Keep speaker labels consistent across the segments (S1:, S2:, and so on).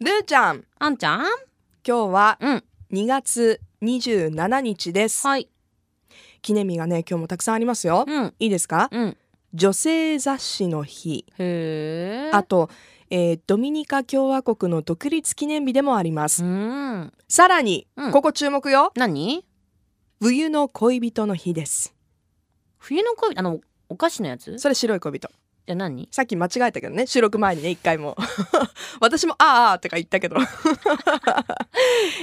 S1: ルーちゃん
S2: あんちゃん
S1: 今日は
S2: うん
S1: 2月27日です、
S2: はい
S1: 記念日がね今日もたくさんありますよ、
S2: うん
S1: いいですか
S2: うん
S1: 女性雑誌の日
S2: へえ
S1: あと、えードミニカ共和国の独立記念日でもあります、
S2: うん
S1: さらに、
S2: うん
S1: ここ注目よ
S2: 何
S1: 冬の恋人の日です
S2: 冬の恋あのお菓子のやつ
S1: それ白い恋人
S2: じゃあ何
S1: さっき間違えたけどね収録前にね一回も 私もあーあーとか言ったけど、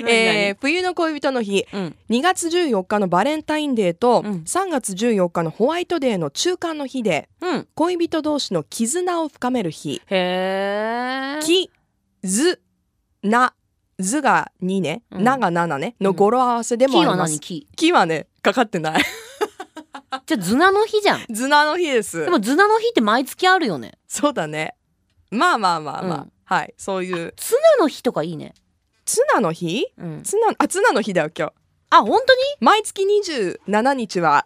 S1: えー冬の恋人の日
S2: ー、うん
S1: 2月14日のバレンタインデーと、
S2: うん
S1: 3月14日のホワイトデーの中間の日で
S2: うん
S1: 恋人同士の絆を深める日
S2: へえ
S1: きずなずが2ね、
S2: うん
S1: なが7ねの語呂合わせでもあ
S2: 木
S1: り
S2: は
S1: ま
S2: 何
S1: す
S2: 木
S1: きはねかかってない
S2: じゃあズナの日じゃん
S1: ズナの日です
S2: でもズナの日って毎月あるよね
S1: そうだねまあまあまあまあ、
S2: うん
S1: はいそういう
S2: ツナの日とかいいね
S1: ツナの日
S2: うん
S1: ツナあツナの日だよ今日
S2: あ本当に
S1: 毎月27日は
S2: あ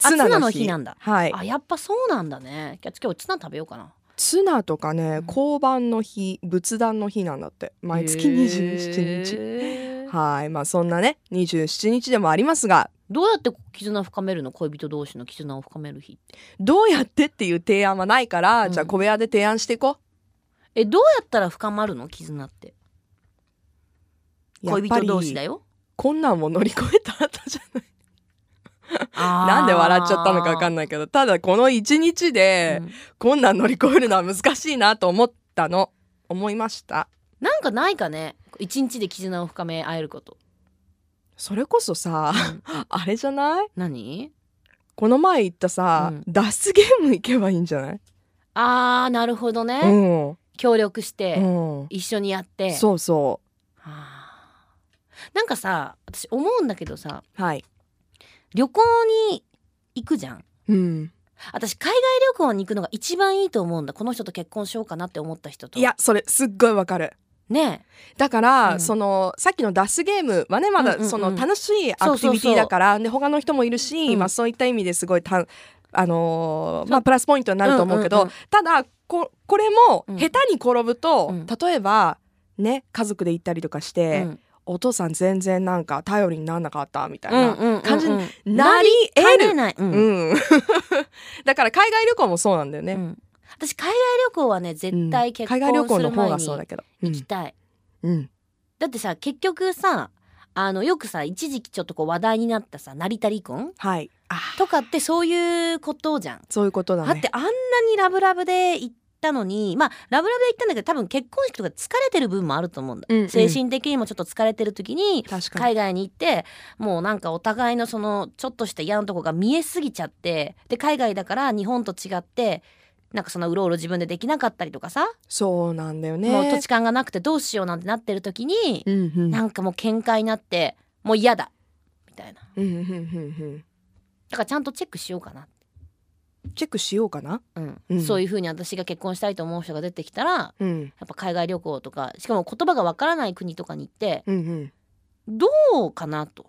S1: ツナの日
S2: ツナの日なんだ
S1: はい
S2: あやっぱそうなんだねじゃあ今日ツナ食べようかな
S1: ツナとか
S2: う
S1: ね
S2: ん
S1: 交番の日仏壇の日なんだって毎月27日
S2: へー
S1: はいまあそんなね27日でもありますが
S2: どうやって絆深めるの恋人同士の絆を深める日って
S1: どうやってっていう提案はないから、
S2: うん
S1: じゃあ小部屋で提案していこ
S2: えどうやったら深まるの絆って
S1: うやっ
S2: 恋
S1: ぱ
S2: 人
S1: り
S2: 同士だよ
S1: 困難を乗り越えた後じゃないな
S2: なん
S1: で笑っちゃったのか分かんないけどただこの1日で困難乗り越えるのは難しいなと思ったの思いました
S2: なんかないかね一日で絆を深め合え ること
S1: それこそさあれじゃない
S2: 何
S1: この前行ったさ、
S2: うん
S1: 脱出ゲーム行けばいいんじゃない
S2: あーなるほどね、
S1: うん、う
S2: 協力して、
S1: ん、
S2: 一緒にやって
S1: そうそ
S2: あーなんかさ私思うんだけどさ
S1: うはい
S2: 旅行に行くじゃん
S1: うん、
S2: 私海外旅行に行くのが一番いいと思うんだこの人と結婚しようかなって思った人と
S1: いやそれすっごいわかる
S2: ね
S1: だから、
S2: うん
S1: そのさっきの脱出ゲームはねま
S2: うんうん
S1: だ
S2: うん
S1: その楽しいアクティビティだからで他の人もいるし、
S2: うん
S1: まあ、そういった意味ですごいたあのー
S2: そう
S1: まあ、プラスポイントになると思うけど、
S2: うんうんうん
S1: ただここれも
S2: うん
S1: 下手に転ぶと、
S2: うん
S1: 例えばね家族で行ったりとかして、
S2: うん
S1: お父さん全然なんか頼りにならなかったみたい
S2: うん
S1: な、
S2: うんうんうん
S1: 感じ
S2: な
S1: なり
S2: 帰
S1: 得
S2: れ
S1: る、
S2: ない、うん
S1: うん、 だから海外旅行もそうなんだよ
S2: う
S1: ね、
S2: ん私海外旅行はね絶対結婚
S1: 海外旅行
S2: す
S1: の
S2: る
S1: 方
S2: 前
S1: が
S2: に
S1: そう
S2: 行
S1: だけど、うん
S2: きたい、
S1: うん
S2: だってさ結局さあのよくさ一時期ちょっとこう話題になったさ成田離婚
S1: はいあ
S2: とかってそういうことじゃん
S1: そういうことだ
S2: だっ
S1: ね
S2: てあんなにラブラブで行ったのにまあラブラブで行ったんだけど多分結婚式とか疲れてる分もあると思うんだ、
S1: うんうん
S2: 精神的にもちょっと疲れてる時に
S1: 確かに
S2: 海外に行ってもうなんかお互いのそのちょっとした嫌なとこが見えすぎちゃってで海外だから日本と違ってなんかそのうろうろ自分でできなかったりとかさ、
S1: そうなんだよね
S2: もう土地勘がなくてどうしようなんてなってる時に、
S1: うんうん
S2: なんかもう喧嘩になってもう嫌だみたいな
S1: うんうんうん
S2: だからちゃんとチェックしようか
S1: う
S2: な、
S1: んチェックしようかな
S2: うん
S1: うん
S2: そういうふうに私が結婚したいと思う人が出てきたら
S1: うん
S2: やっぱ海外旅行とかしかも言葉がわからない国とかに行って
S1: うんうん
S2: どうかなと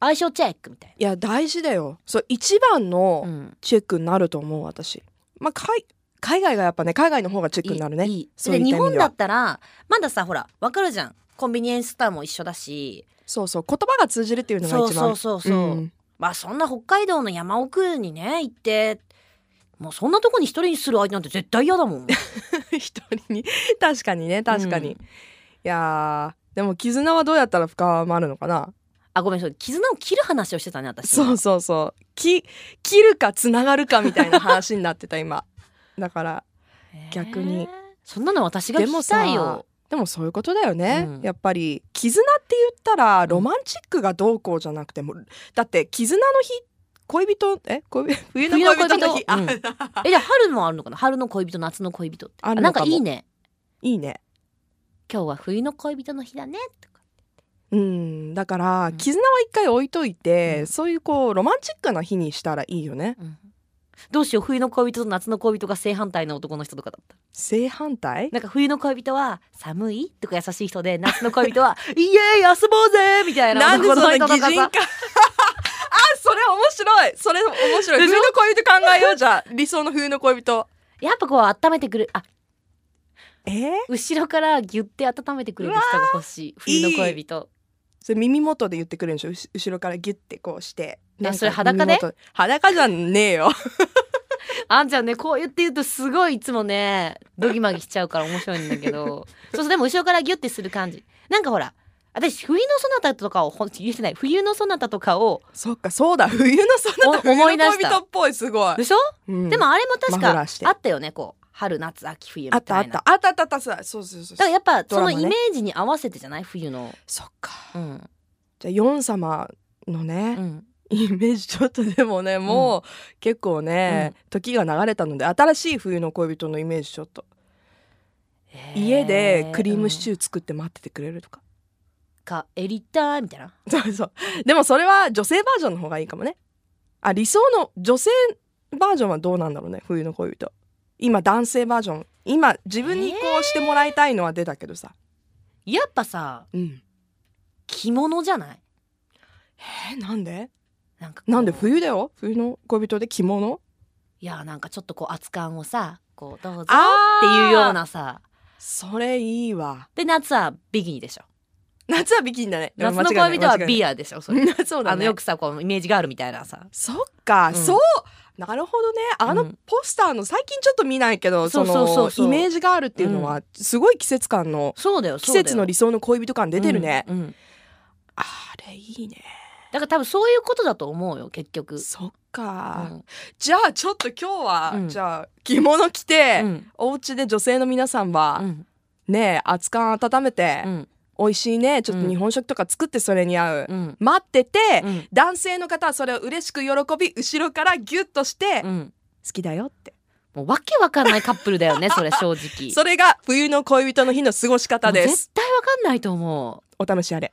S2: 相性チェックみたい
S1: いや大事だよそう一番
S2: な、う
S1: の
S2: ん、
S1: チェックになると思う私まあ海海外がやっぱね海外の方がチェックになるね
S2: いい
S1: そういっ
S2: で
S1: た意味
S2: 日
S1: では
S2: 本だったらまださほらわかるじゃんコンビニエンスストアも一緒だし
S1: そうそう言葉が通じるっていうのが
S2: そう
S1: 一番
S2: そうそうそう、
S1: ん
S2: まあそんな北海道の山奥にね行ってもうそんなとこに一人にする相手なんて絶対嫌だもん
S1: 一人に確かにね確かに、
S2: うん
S1: いやーでも絆はどうやったら深まるのかな
S2: あごめんそう絆を切る話をしてたね私
S1: そうそうそうき切るかつながるかみたいな話になってた今だから
S2: へー
S1: 逆に
S2: そんなの私が聞きたいよ
S1: でもそういうことだよね、
S2: うん
S1: やっぱり絆って言ったら
S2: ん
S1: ロマンチックがどうこうじゃなくてもだって絆の日恋人え恋 人冬の恋人の日、
S2: 冬の恋
S1: あ
S2: えじゃあ春もあるのかな春の恋人夏の恋人って
S1: あるの
S2: なん
S1: かも
S2: かいいね
S1: いいね
S2: 今日は冬の恋人の日だねとか
S1: うんだか
S2: う
S1: ら
S2: ん
S1: 絆は一回置いといて、
S2: うん
S1: そういうこうロマンチックな日にしたらいいよね
S2: どうしよう冬の恋人と夏の恋人が正反対の男の人とかだった
S1: 正反対
S2: なんか冬の恋人は寒いとか優しい人で夏の恋人は イエーイ遊ぼうぜみたいな
S1: なんでそんな擬人化あ
S2: さ
S1: それ面白いそれ面白い
S2: でしょ
S1: 冬の恋人考えようじゃあ理想の冬の恋人
S2: やっぱこう温めてくるあ
S1: えー、
S2: 後ろからギュッて温めてくれる人が欲しい冬の恋人
S1: それ耳元で言ってくれるんでしょうし後ろからギュッてこうして
S2: え
S1: なんか
S2: それ裸で
S1: 耳元裸じゃねえよ
S2: あんちゃんねこう言って言うとすごいいつもねドギマギしちゃうから面白いんだ けどそうそうでも後ろからギュッてする感じなんかほら私冬のそなたとかをほん言えてない冬のそなたとかを
S1: そっかそうだ 冬のそんな
S2: お思い出した
S1: 冬の恋人っぽいすごい
S2: で、しょ、
S1: うん
S2: でもあれも確
S1: マフ
S2: か
S1: ラーして
S2: あったよねこう春夏秋冬み
S1: あ
S2: たい
S1: っ
S2: な
S1: たあったあったあったあったそうそうそう
S2: だからやっぱそ
S1: ドラマ
S2: のイ
S1: ね
S2: メージに合わせてじゃない冬の
S1: そっか
S2: うん
S1: じゃあヨン様の
S2: う
S1: ね、
S2: ん
S1: イメージちょっとでもねもう結構ね、時が流れたので新しい冬の恋人のイメージちょっと家でクリームシチ
S2: ュー、
S1: ュー作って待っててくれるとか、
S2: うんかエリターみたいな
S1: そうそうでもそれは女性バージョンの方がいいかもねあ理想の女性バージョンはどうなんだろうね冬の恋人今男性バージョン今自分にこうしてもらいたいのは出たけどさ、
S2: やっぱさ
S1: うん
S2: 着物じゃない
S1: えなんで
S2: なんかこう
S1: なんで冬だよ冬の恋人で着物
S2: いやなんかちょっとこう厚感をさこうどうぞっ
S1: あ
S2: ていうようなさ
S1: それいいわ
S2: で夏はビギニでしょ
S1: 夏はビキニだね
S2: 夏の恋人はビ
S1: ア
S2: アでしょそれ、
S1: そうだね
S2: あのよくさこうイメージがあるみたいなさ
S1: そっか、
S2: うん
S1: そうなるほどねあ
S2: う
S1: の
S2: ん
S1: ポスターの最近ちょっと見ないけど、その
S2: そうそうそうそう
S1: イメージがあるっていうのは、すごい季節感の
S2: そうだよ
S1: 季節の理
S2: 想
S1: 想の恋人感出てるね、
S2: うんうん
S1: あれいいね
S2: だから多分そういうことだと思うよ結局
S1: そっか、
S2: うん
S1: じゃあちょっと今日は、
S2: うん
S1: じゃあ着物着て、
S2: うん
S1: お家で女性の皆さんは、
S2: うん
S1: ねえ熱燗温めて、
S2: うん
S1: 美味しいねちょっと日本食とか作ってそれに合う、
S2: うん
S1: 待ってて、
S2: うん
S1: 男性の方はそれを嬉しく喜び後ろからギュッとして、
S2: う
S1: 好
S2: ん
S1: きだよって
S2: もうわけわかんないカップルだよねそれ正 直
S1: それが冬の恋人の日の過ごし方で
S2: もう絶
S1: す
S2: 対わかんないと思
S1: お試しあれ